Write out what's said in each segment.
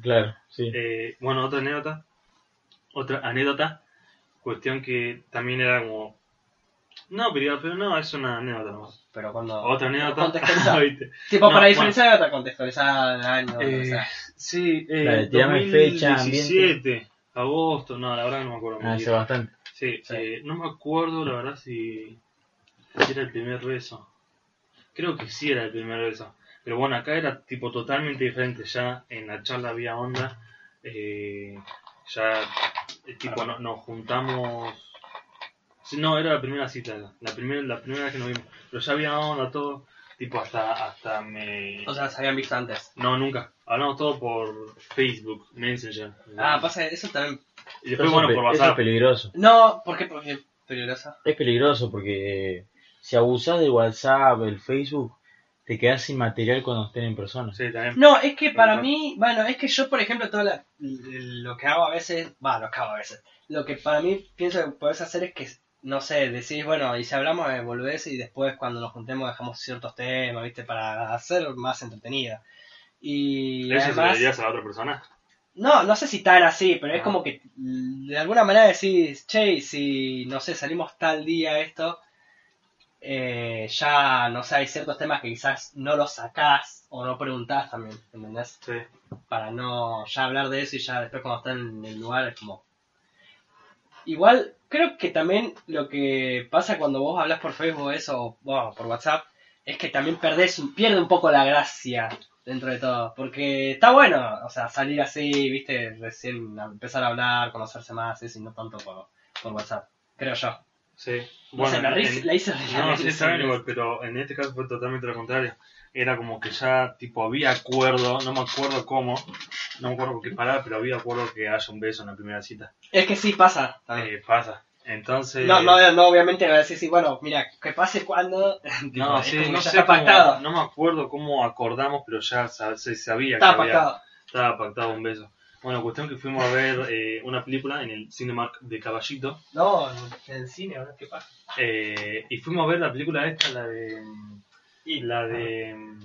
Claro, sí. Eh, bueno, otra anécdota. Otra anécdota. Cuestión que también era como. No, pero, pero no, es una anécdota. más. Pero cuando. Otra anécdota. Contextualizada. ¿Viste? tipo, No, para bueno. diferenciar otra contextualizada de año. Eh, o sea, sí, eh, Dale, tirame fecha, Ah, 2017, agosto, no, la verdad que no me acuerdo. muy Hace bien. bastante. Sí, Sí. eh, no me acuerdo la verdad si era el primer beso. Creo que sí era el primer beso. Pero bueno, acá era tipo totalmente diferente. Ya en la charla había onda. eh, ya, eh, tipo, no- nos juntamos. Sí, No, era la primera cita, la primera, la primera vez que nos vimos. Pero ya había onda todo. Tipo, hasta, hasta me. o sea, se habían visto antes. No, nunca. Hablamos todo por Facebook, Messenger. Ah, pasa, eso también. Y Eso después, es bueno, pe- por eso es WhatsApp. peligroso. No, ¿por qué? Porque es peligrosa. Es peligroso porque eh, si abusás del WhatsApp, el Facebook, te quedás sin material cuando estén en persona. Sí, también. No, es que para Ujú. mí, bueno, es que yo, por ejemplo, todo la- lo que hago a veces, va, lo que hago a veces, lo que para mí pienso que podés hacer es que, no sé, decís, bueno, y si hablamos de volvés y después cuando nos juntemos dejamos ciertos temas, ¿viste? Para hacer más entretenida. Y ¿Eso se lo además, dirías a la otra persona? no, no sé si tal así, pero es Ah. como que mm, de alguna manera decís, che, y si, no sé, salimos tal día esto, eh, ya, no sé, hay ciertos temas que quizás no los sacás o no preguntás también, ¿entendés? Sí. para no ya hablar de eso y ya después cuando están en el lugar es como... Igual creo que también lo que pasa cuando vos hablas por Facebook o eso, o bueno, por WhatsApp, es que también perdés, un- pierde un poco la gracia dentro de todo, porque está bueno, o sea, salir así, viste, recién a- empezar a hablar, conocerse más, eso y no tanto por, por WhatsApp, creo yo. Sí. Bueno, la, en- ris- la hice re- No, sí, está bien igual, pero en este caso fue totalmente lo contrario. Era como que ya, tipo, había acuerdo, no me acuerdo cómo, no me acuerdo por qué parada, pero había acuerdo que haya un beso en la primera cita. Es que sí pasa. también. Eh, pasa. Entonces... No, no, no, obviamente va a decir, sí, bueno, mira, que pase cuando... Tipo, No, es sí, como que no ya sé está cómo- pactado. no me acuerdo cómo acordamos, pero ya sa- se sabía Está que había- pactado. estaba pactado un beso. Bueno, cuestión que fuimos a ver eh, una película en el Cinemark de Caballito. No, en el cine, ahora qué pasa. Eh, y fuimos a ver la película esta, la de. Y la Ah. de. mm,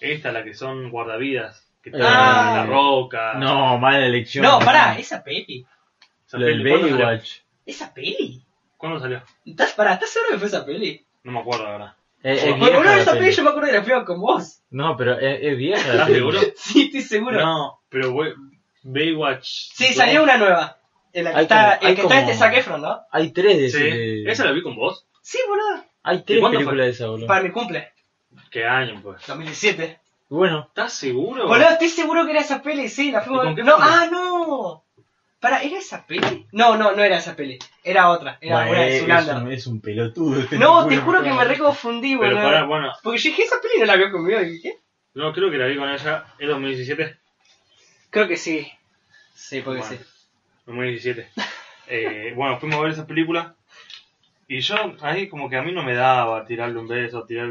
Esta, la que son guardavidas. Que está Ah. La Roca. Eh, No, mala elección. No, pará, esa peli. Esa Lo del peli, ¿cuándo salió? Baywatch. Esa peli. ¿Cuándo salió? ¿Estás, pará, ¿estás seguro que fue esa peli? No me acuerdo, la verdad. Eh, Es, es Porque una vieja vez la esa peli. peli yo me acuerdo que la fui a ver con vos. No, pero es, es vieja la ¿Estás peli. Ah, seguro? Sí, estoy seguro. No, pero we- Baywatch. Sí, salió una nueva. En la que Hay está, como- en hay que está como- este Zac Efron, ¿no? Hay tres de, Sí. ese- ¿Esa la vi con vos? Sí, boludo. Hay tres cuándo películas fue? de esa, boludo. Para mi cumple. ¿Qué año, pues? 2017. Bueno, ¿Estás seguro? Boludo, estoy seguro que era esa peli, sí, la ¿Y fuimos a con ver. qué No, cumple? ah, no. Pará, ¿era esa peli? No, no, no era esa peli. Era otra. Era Bueno, eh, una de es, Zoolander. es un, es un pelotudo. este No, te culo. juro que me reconfundí, Pero boludo. pará, bueno, Porque yo dije, esa peli no la vio conmigo. Y dije, ¿qué? no creo que la vi con ella en 2017. Creo que sí. Sí, porque Bueno. sí. 2017. Eh, bueno, fuimos a ver esa película. Y yo ahí como que a mí no me daba tirarle un beso, tirar...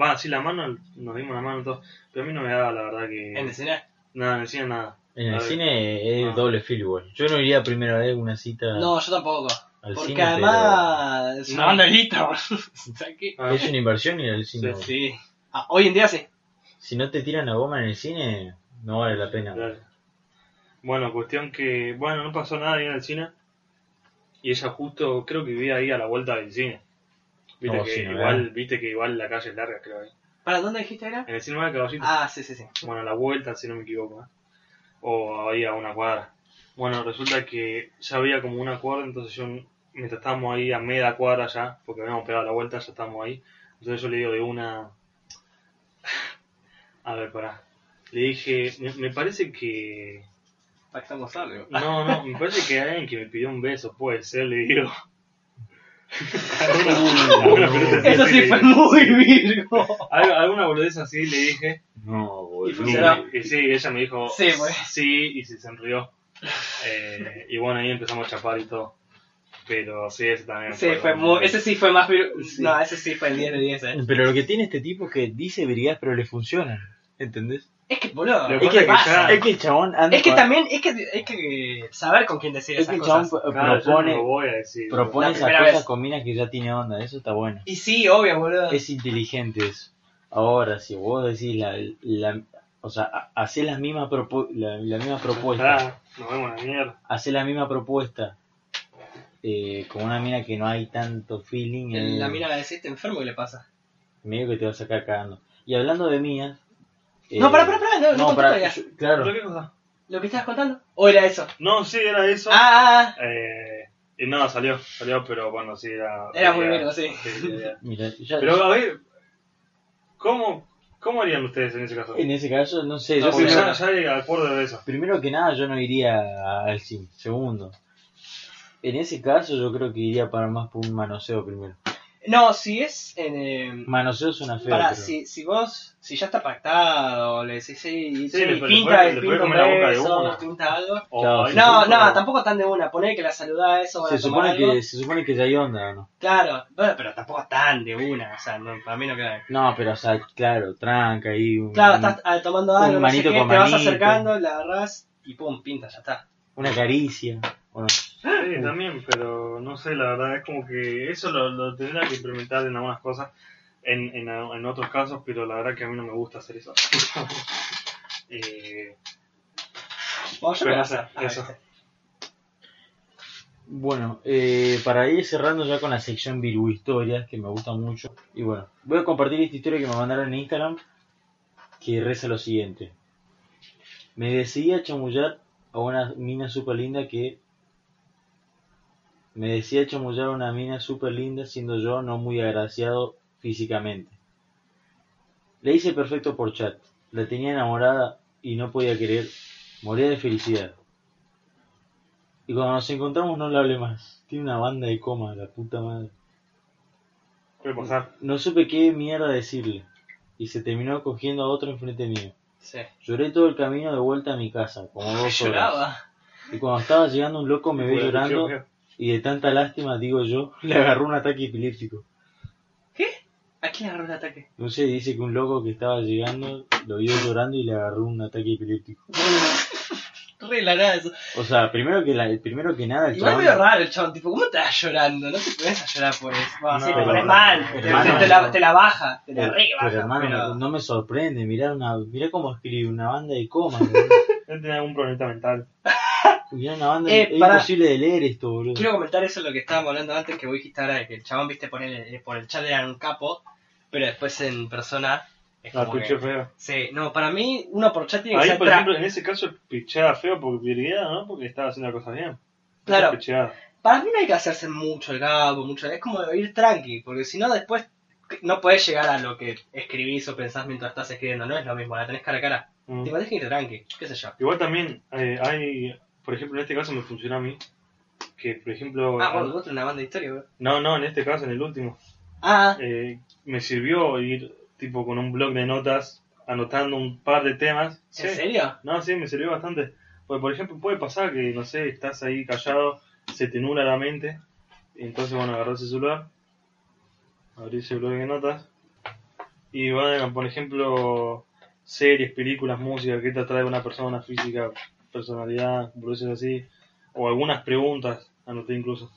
Va, así la mano, nos dimos la mano y todo. Pero a mí no me daba, la verdad que... En el cine. Ah. Nada, en el cine nada. En A el ver. cine es Ah. doble feel, igual. Yo no iría primera vez a una cita No, yo tampoco. al Porque cine. además es una No. banderita, boludo. O sea que- Ah, pero Es una inversión ir al cine. Sí, boludo. Sí. Ah, hoy en día sí. Si no te tiran la goma en el cine, no vale la pena. dale. Bueno, cuestión que... Bueno, no pasó nada ahí en el cine. Y ella justo, creo que vivía ahí a la vuelta del cine. Viste No, que sí, no, igual, viste que igual la calle es larga, creo. ahí. ¿Para dónde dijiste era? En el cine de Caballito. Ah, sí, sí, sí. bueno, a la vuelta, si no me equivoco, ¿eh? o ahí a una cuadra. Bueno, resulta que ya había como una cuadra, entonces yo, mientras estábamos ahí a media cuadra ya, porque habíamos pegado la vuelta, ya estábamos ahí, entonces yo le digo de una... A ver, pará. Le dije, me, me parece que... Pactamos algo. No, no, me parece que hay alguien que me pidió un beso, puede ser, le digo. alguna, alguna este pelota Eso así sí le fue dije. muy virgo. Al- alguna boludez así le dije. No, Y boludo. funcionó. Y, y sí, ella me dijo, Sí, pues. sí, y se sonrió. Eh, y bueno, ahí empezamos a chapar y todo. Pero sí, ese también. Sí, fue muy... Ese sí fue más virgo. No, ese sí fue el 10 de 10, eh. Pero lo que tiene este tipo es que dice brigás, pero le funciona. ¿Entendés? Es que, boludo. Lo ¿qué Es que, pasa te que pasa? ya- es que el chabón anda Es que con- también, es que, es que saber con quién decir es que esas el chabón cosas. pro- Claro, yo no propone, lo voy a decir. propone La esas primera cosas vez. con minas que ya tiene onda. Eso está bueno. Y sí, obvio, boludo. Es inteligente eso. Ahora, si vos decís la, la- O sea, ha- hacés las mismas propu- la, la misma propuesta. Pará, nos vemos en la mierda. Hacés la misma propuesta. eh, con una mina que no hay tanto feeling. eh, La mina la decís, te enfermo y le pasa. Medio que te va a sacar cagando. Y hablando de mía. No, pará, pará, pará, no, no conté pará, todavía. yo- claro. ¿Pero qué cosa? ¿Lo que estabas contando? ¿O era eso? No, sí, era eso. Ah, ah, Eh, y no, salió, salió, pero bueno, sí, era. Era muy bueno, sí. era- Mira, ya- Pero a ver, ¿cómo, ¿cómo harían ustedes en ese caso? en ese caso, no sé. No, yo Porque sí, primero, ya, ya hay acuerdo de eso. primero que nada, yo no iría al sim. Segundo. En ese caso, yo creo que iría para más por un manoseo primero. ah. No, si es en... eh, Manoseo suena feo. Pará, pero- si, si vos, si ya está pactado, le decís, sí, sí, Sí, le- le pinta, puede- le pinta puede un comer la boca de beso, una. pinta algo. O- Claro, ahí sí. No, sí, no, pero- tampoco tan de una. Poné que la saludá, eso, van Se a tomar supone, algo. que, se supone que ya hay onda, ¿o ¿no? Claro, bueno, pero tampoco tan de una, o sea, no, para mí no queda... No, pero, o sea, claro, tranca ahí. Un, Claro, estás ah, tomando algo, Un no sé manito qué, con te vas manito. acercando, la agarrás y pum, pinta, ya está. Una caricia. ¿o no? Sí, también, pero no sé, la verdad es como que eso lo, lo tendría que implementar en algunas cosas, en, en, en otros casos, pero la verdad que a mí no me gusta hacer eso. eh, Bueno, yo Pero me no vas a- sé, a eso. ver, Bueno, eh, para ir cerrando ya con la sección Viru Historias, que me gusta mucho. Y bueno, voy a compartir esta historia que me mandaron en Instagram, que reza lo siguiente. Me decidí a chamullar a una mina super linda que... Me decidí a chamullar a una mina super linda, siendo yo no muy agraciado físicamente. Le hice perfecto por chat. La tenía enamorada y no podía querer. Moría de felicidad. Y cuando nos encontramos no le hablé más. Tiene una banda de coma, la puta madre. puede pasar. No supe qué mierda decirle. Y se terminó cogiendo a otro enfrente mío. Sí. Lloré todo el camino de vuelta a mi casa, como dos horas. Ah, Lloraba. Y cuando estaba llegando un loco me ve Puede- llorando creo que- y de tanta lástima, digo yo, le agarró un ataque epiléptico. ¿Qué? ¿A quién agarró el ataque? No sé, dice que un loco que estaba llegando lo vio llorando y le agarró un ataque epiléptico. Re la nada eso. O sea, primero que la, primero que nada el Igual chabón- medio raro el chabón, tipo, ¿cómo estás llorando? No te pones a llorar por eso. Bueno, sí, No, te pones no, mal, te, hermano, te la, no. te la baja, te la Pero, re baja. pero, hermano, pero- no me sorprende, mirá, una, mirá cómo escribe una banda de coma, boludo. Él tiene algún problema mental. Mirá una banda, Eh, es pará. imposible de leer esto, boludo. Quiero comentar eso lo que estábamos hablando antes que vos dijiste ahora de que el chabón, viste, por el, eh, por el chat era un capo, pero después en persona es Ah, como que- picheo feo. Sí, no, para mí uno por chat tiene que Ahí, ser por tra- ejemplo, en ese caso pichea feo por prioridad, ¿no? Porque estaba haciendo las cosas bien. Claro. Picheada. Para mí no hay que hacerse mucho el capo, mucho, es como ir tranqui, porque si no después no podés llegar a lo que escribís o pensás mientras estás escribiendo, no es lo mismo, la tenés cara a cara. Mm. Te tenés que ir tranqui, qué sé yo. Igual también eh, hay, por ejemplo, en este caso me funcionó a mí, que por ejemplo... Ah, bueno, otro una banda de historia, bro. No, no, en este caso, en el último. Ah, eh, me sirvió ir tipo con un blog de notas anotando un par de temas. Sí. ¿en serio? No, sí, me sirvió bastante. Porque, por ejemplo, puede pasar que, no sé, estás ahí callado, se te nula la mente. Y entonces, bueno, agarrás el celular, abrís el blog de notas. Y, bueno, por ejemplo, series, películas, música, qué te atrae una persona física, personalidad, cosas así. O algunas preguntas, anoté incluso.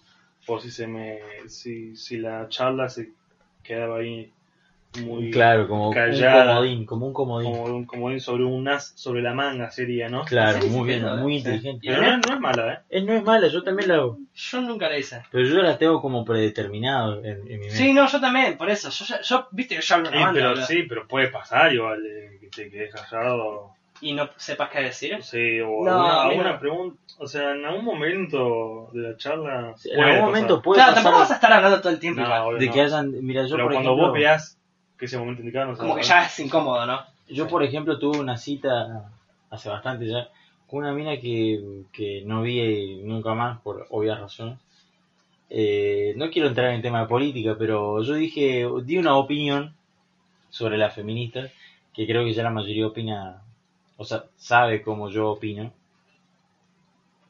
Por si se me. Si, si la charla se quedaba ahí muy. claro, como callada. un comodín, como un comodín. Como, un- como un- sobre un as sobre la manga sería, ¿no? Claro, Sí, sí, muy sí, bien, sí, muy sí. inteligente. Pero no, no es mala, ¿eh? Es no es mala, yo también la hago. Yo nunca la hice. Pero yo las tengo como predeterminado en, en mi mente. Sí, no, yo también, por eso. Yo, yo, yo- viste que yo hablo una Sí, banda, pero, boludo. sí, pero puede pasar, igual, eh, que te quedes callado. y no sepas qué decir. No sé, o No, alguna, a mí alguna no. pregunta. O sea, en algún momento de la charla. En puede algún pasar. momento puede Claro, tampoco vas a pasar estar hablando todo el tiempo. No, igual. obvio de no. que hayan... Mira, yo Pero por cuando ejemplo, vos veas que ese momento indicado, no sé, Como que ¿no? ya es incómodo, ¿no? yo por ejemplo tuve una cita hace bastante ya con una mina que, que no vi nunca más por obvias razones. Eh, no quiero entrar en tema de política, pero yo dije, di una opinión sobre las feministas, que creo que ya la mayoría opina, o sea, sabe cómo yo opino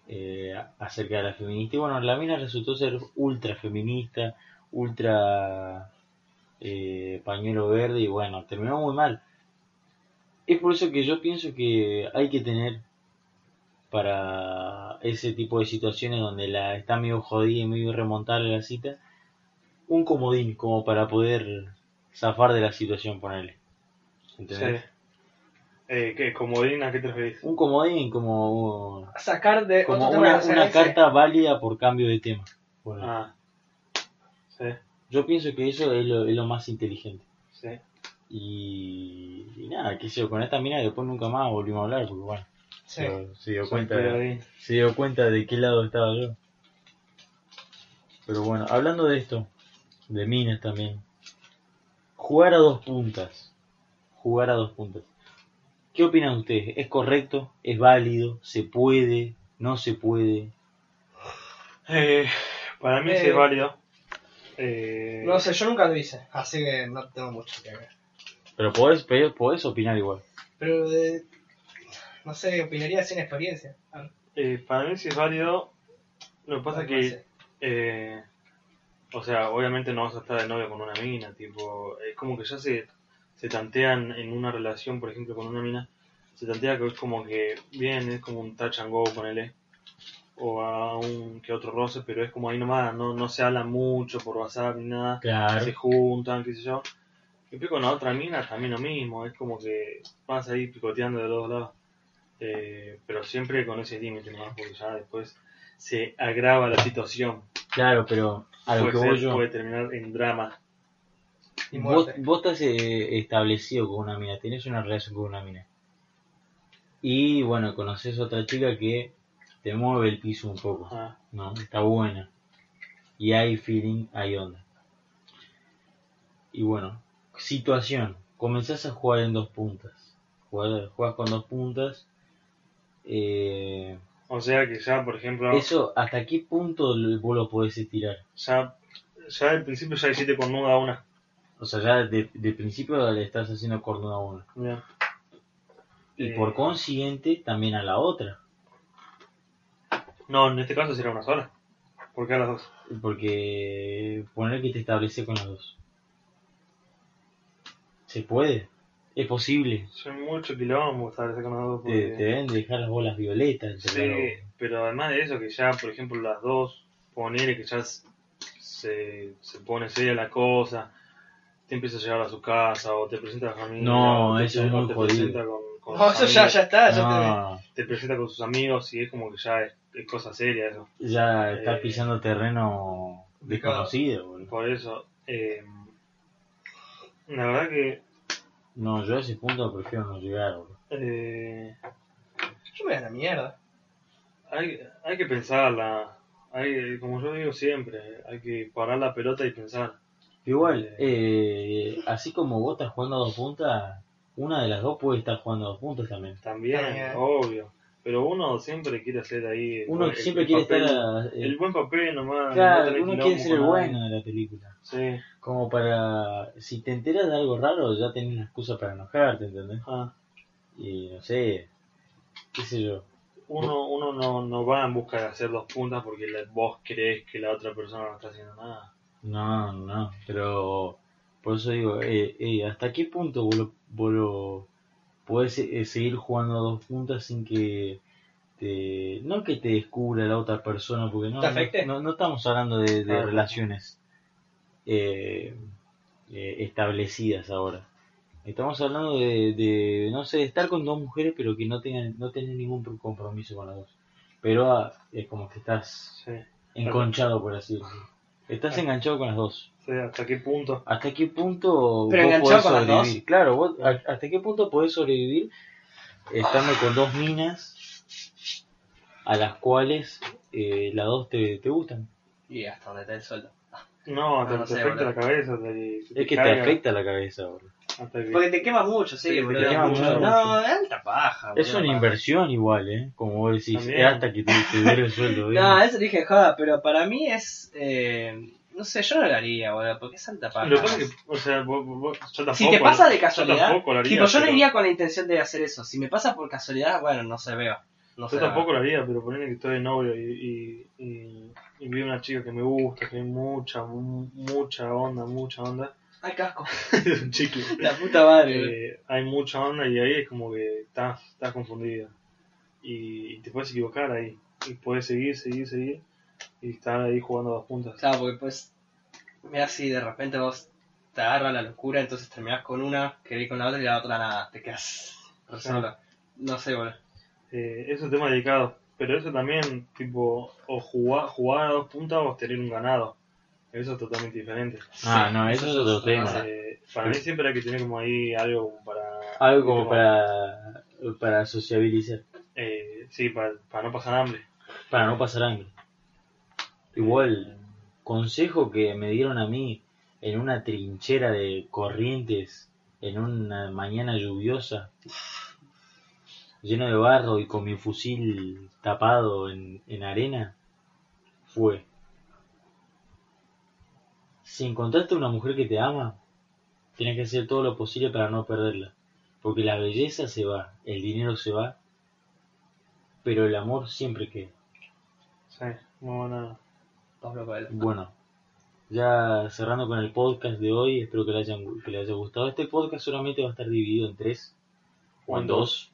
eh, acerca de las feministas. Y bueno, la mina resultó ser ultra feminista, ultra eh, pañuelo verde, y bueno, terminó muy mal. Es por eso que yo pienso que hay que tener para ese tipo de situaciones donde la está medio jodida y medio remontable la cita, un comodín como para poder zafar de la situación, ponerle. Sí. ¿Entendés? Eh, ¿Qué? ¿Comodín a qué te referís? Un comodín como, uh, Sacar de como Eh, otro tema una, de la una selección. carta válida por cambio de tema. Bueno, Ah. Sí, Yo pienso que eso es lo, es lo más inteligente. sí. Y, y nada, que sé yo, con esta mina después nunca más volvimos a hablar, porque bueno, Sí. se, se dio Soy cuenta pegadín. se dio cuenta de qué lado estaba yo. Pero bueno, hablando de esto, de minas también. Jugar a dos puntas. Jugar a dos puntas. ¿Qué opinan ustedes? ¿Es correcto? ¿Es válido? ¿Se puede? ¿No se puede? Eh, para mí sí Eh, es válido. Eh, No sé, yo nunca lo hice, así que no tengo mucho que ver. Pero podés, pe- podés opinar igual. Pero eh, no sé, opinaría sin experiencia. Ah, eh, para mí sí es válido. Lo que pasa es no que, sé. eh, o sea, obviamente no vas a estar de novio con una mina, tipo, es como que ya se, se tantean en una relación, por ejemplo, con una mina, se tantea que es como que, bien, es como un touch and go, ponele, o a un que otro roce, pero es como ahí nomás, no, no se habla mucho por WhatsApp ni nada. Claro. se juntan, qué sé yo. Y pico con la otra mina también lo mismo, es como que vas ahí picoteando de los dos lados. Eh, pero siempre con ese límite, ¿no? Porque ya después se agrava la situación. Claro, pero a lo puede, que ser- voy yo. puede terminar en drama. Y Vos, muerte. vos estás eh, establecido con una mina, tenés una relación con una mina. Y bueno, conoces otra chica que te mueve el piso un poco. Ah, No, está buena. Y hay feeling, hay onda. Y bueno, situación. Comenzás a jugar en dos puntas. Jugar- Jugás con dos puntas. Eh, o sea que ya, por ejemplo, Eso, ¿hasta qué punto lo- vos lo podés estirar? ya, ya al principio ya hiciste con nuda una. O sea, ya de, de principio le estás haciendo cordón a una. Y Eh, por consiguiente, también a la otra. No, en este caso será una sola. Porque a las dos. Porque poner que te establece con las dos. Se puede. Es posible. Soy mucho quilombo estar con las dos. Te, porque- te deben dejar las bolas violetas. entre Sí, la- pero además de eso, que ya, por ejemplo, las dos, ponele que ya s- se, se pone seria la cosa, te empieza a llevar a su casa o te presenta a la familia. No, o te- eso es o muy te jodido. presenta con- con No, sus eso ya, amigos, ya está, ya te No, Ah, Te presenta con sus amigos y es como que ya es, es cosa seria eso. ya Eh, estás pisando terreno complicado. desconocido. boludo. Por eso, eh, la verdad que No, yo a ese punto prefiero no llegar. boludo. eh, Yo me voy a la mierda. hay, hay que pensarla. Hay, como yo digo siempre, hay que parar la pelota y pensar. Igual, eh, así como vos estás jugando a dos puntas, una de las dos puede estar jugando a dos puntas también. También, También. obvio. Pero uno siempre quiere hacer ahí. el- Uno Eh, el- siempre el quiere papel- estar. eh, El buen papel nomás. Ah, no claro, tener uno quilombo quiere ser el con nadie. bueno de la película. Sí. Como para. Si te enteras de algo raro, ya tenés la excusa para enojarte, ¿entendés? Ah, Y no sé. ¿Qué sé yo? Uno, uno no, no va en busca de hacer dos puntas porque la- vos crees que la otra persona no está haciendo nada. No, no, pero por eso digo, eh, eh, ¿hasta qué punto vos lo, vos lo podés eh, seguir jugando a dos puntas sin que te, no que te descubra la otra persona, porque no, ¿Te afecte? no, no- no estamos hablando de, de Ah, bueno. relaciones eh, eh, establecidas ahora. Estamos hablando de, de, no sé, de estar con dos mujeres, pero que no tengan, no tener ningún compromiso con las dos. Pero ah, es como que estás Sí. enconchado, por así decirlo. Estás enganchado con las dos. O sea, ¿Hasta qué punto? ¿Hasta qué punto Pero vos enganchado podés con las sobrevivir? Claro, vos, a- ¿hasta qué punto podés sobrevivir estando con dos minas a las cuales eh, las dos te, te gustan? Y hasta donde te dé el sueldo. No, hasta Ah, No, no que sé, te afecta la boludo. cabeza. Hasta que, Es que te caiga, afecta la cabeza, boludo. Hasta que... Porque te quema mucho, sí, Sí, te boludo. quema mucho. No, es alta paja, Es boludo, una paja. inversión igual, ¿eh? Como vos decís, También. es hasta que te, te dure el sueldo. No, ¿eh? eso dije en joda, pero para mí es. Eh, no sé, yo no lo haría, boludo, porque es alta paja. Lo que pasa es que, o sea, vos, vos- vos- yo tampoco. si te pasa de yo casualidad, tampoco lo haría, tipo, yo no pero- iría con la intención de hacer eso. Si me pasa por casualidad, bueno, no se veo. No Yo sé. tampoco lo haría, pero ponerle que estoy de novio y, y, y, y vi una chica que me gusta, que hay mucha, mu- mucha onda, mucha onda. Ay, casco. es un chicle. La puta madre, boludo. Eh, hay mucha onda y ahí es como que estás, estás confundida. Y, y te puedes equivocar ahí. Y puedes seguir, seguir, seguir. Y estar ahí jugando a dos puntas. Claro, porque pues. Mira, si de repente vos te agarra la locura, entonces terminás con una, querés con la otra y la otra nada. Te quedas resolver. No sé, boludo. Eh, es un tema delicado. Pero eso también, tipo, o jugar, jugar a dos puntas o tener un ganado. Eso es totalmente diferente. Ah, no, eso es otro tema. Eh, para mí siempre hay que tener como ahí algo para... Algo como tipo, para, para sociabilizar, eh, sí, para, para no pasar hambre. para no pasar hambre. Igual, consejo que me dieron a mí en una trinchera de corrientes, en una mañana lluviosa, lleno de barro y con mi fusil tapado en, en arena, fue, si encontraste una mujer que te ama, tienes que hacer todo lo posible para no perderla, porque la belleza se va, el dinero se va, pero el amor siempre queda. Sí, muy buena. Dos locos de la- Bueno, ya cerrando con el podcast de hoy, espero que le, hayan, que le haya gustado. Este podcast solamente va a estar dividido en tres o en dos.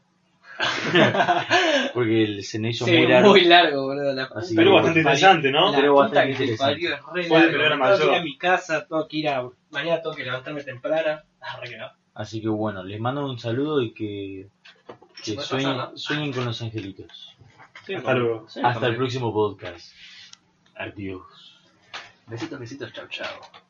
Porque el, se me hizo Sí, muy muy largo. largo, boludo. La Así Pero que- bastante interesante, ¿no? La- Pero bastante interesante. Fue el Puede programa Tengo que mayor. ir a mi casa, tengo que ir a. Mañana tengo que levantarme temprano. Ah, re que no. Así que bueno, les mando un saludo y que, que Puede pasar, sueñen, ¿no? sueñen con los angelitos. Hasta luego. Hasta el próximo podcast. Adiós. Besitos, besitos, chau, chau.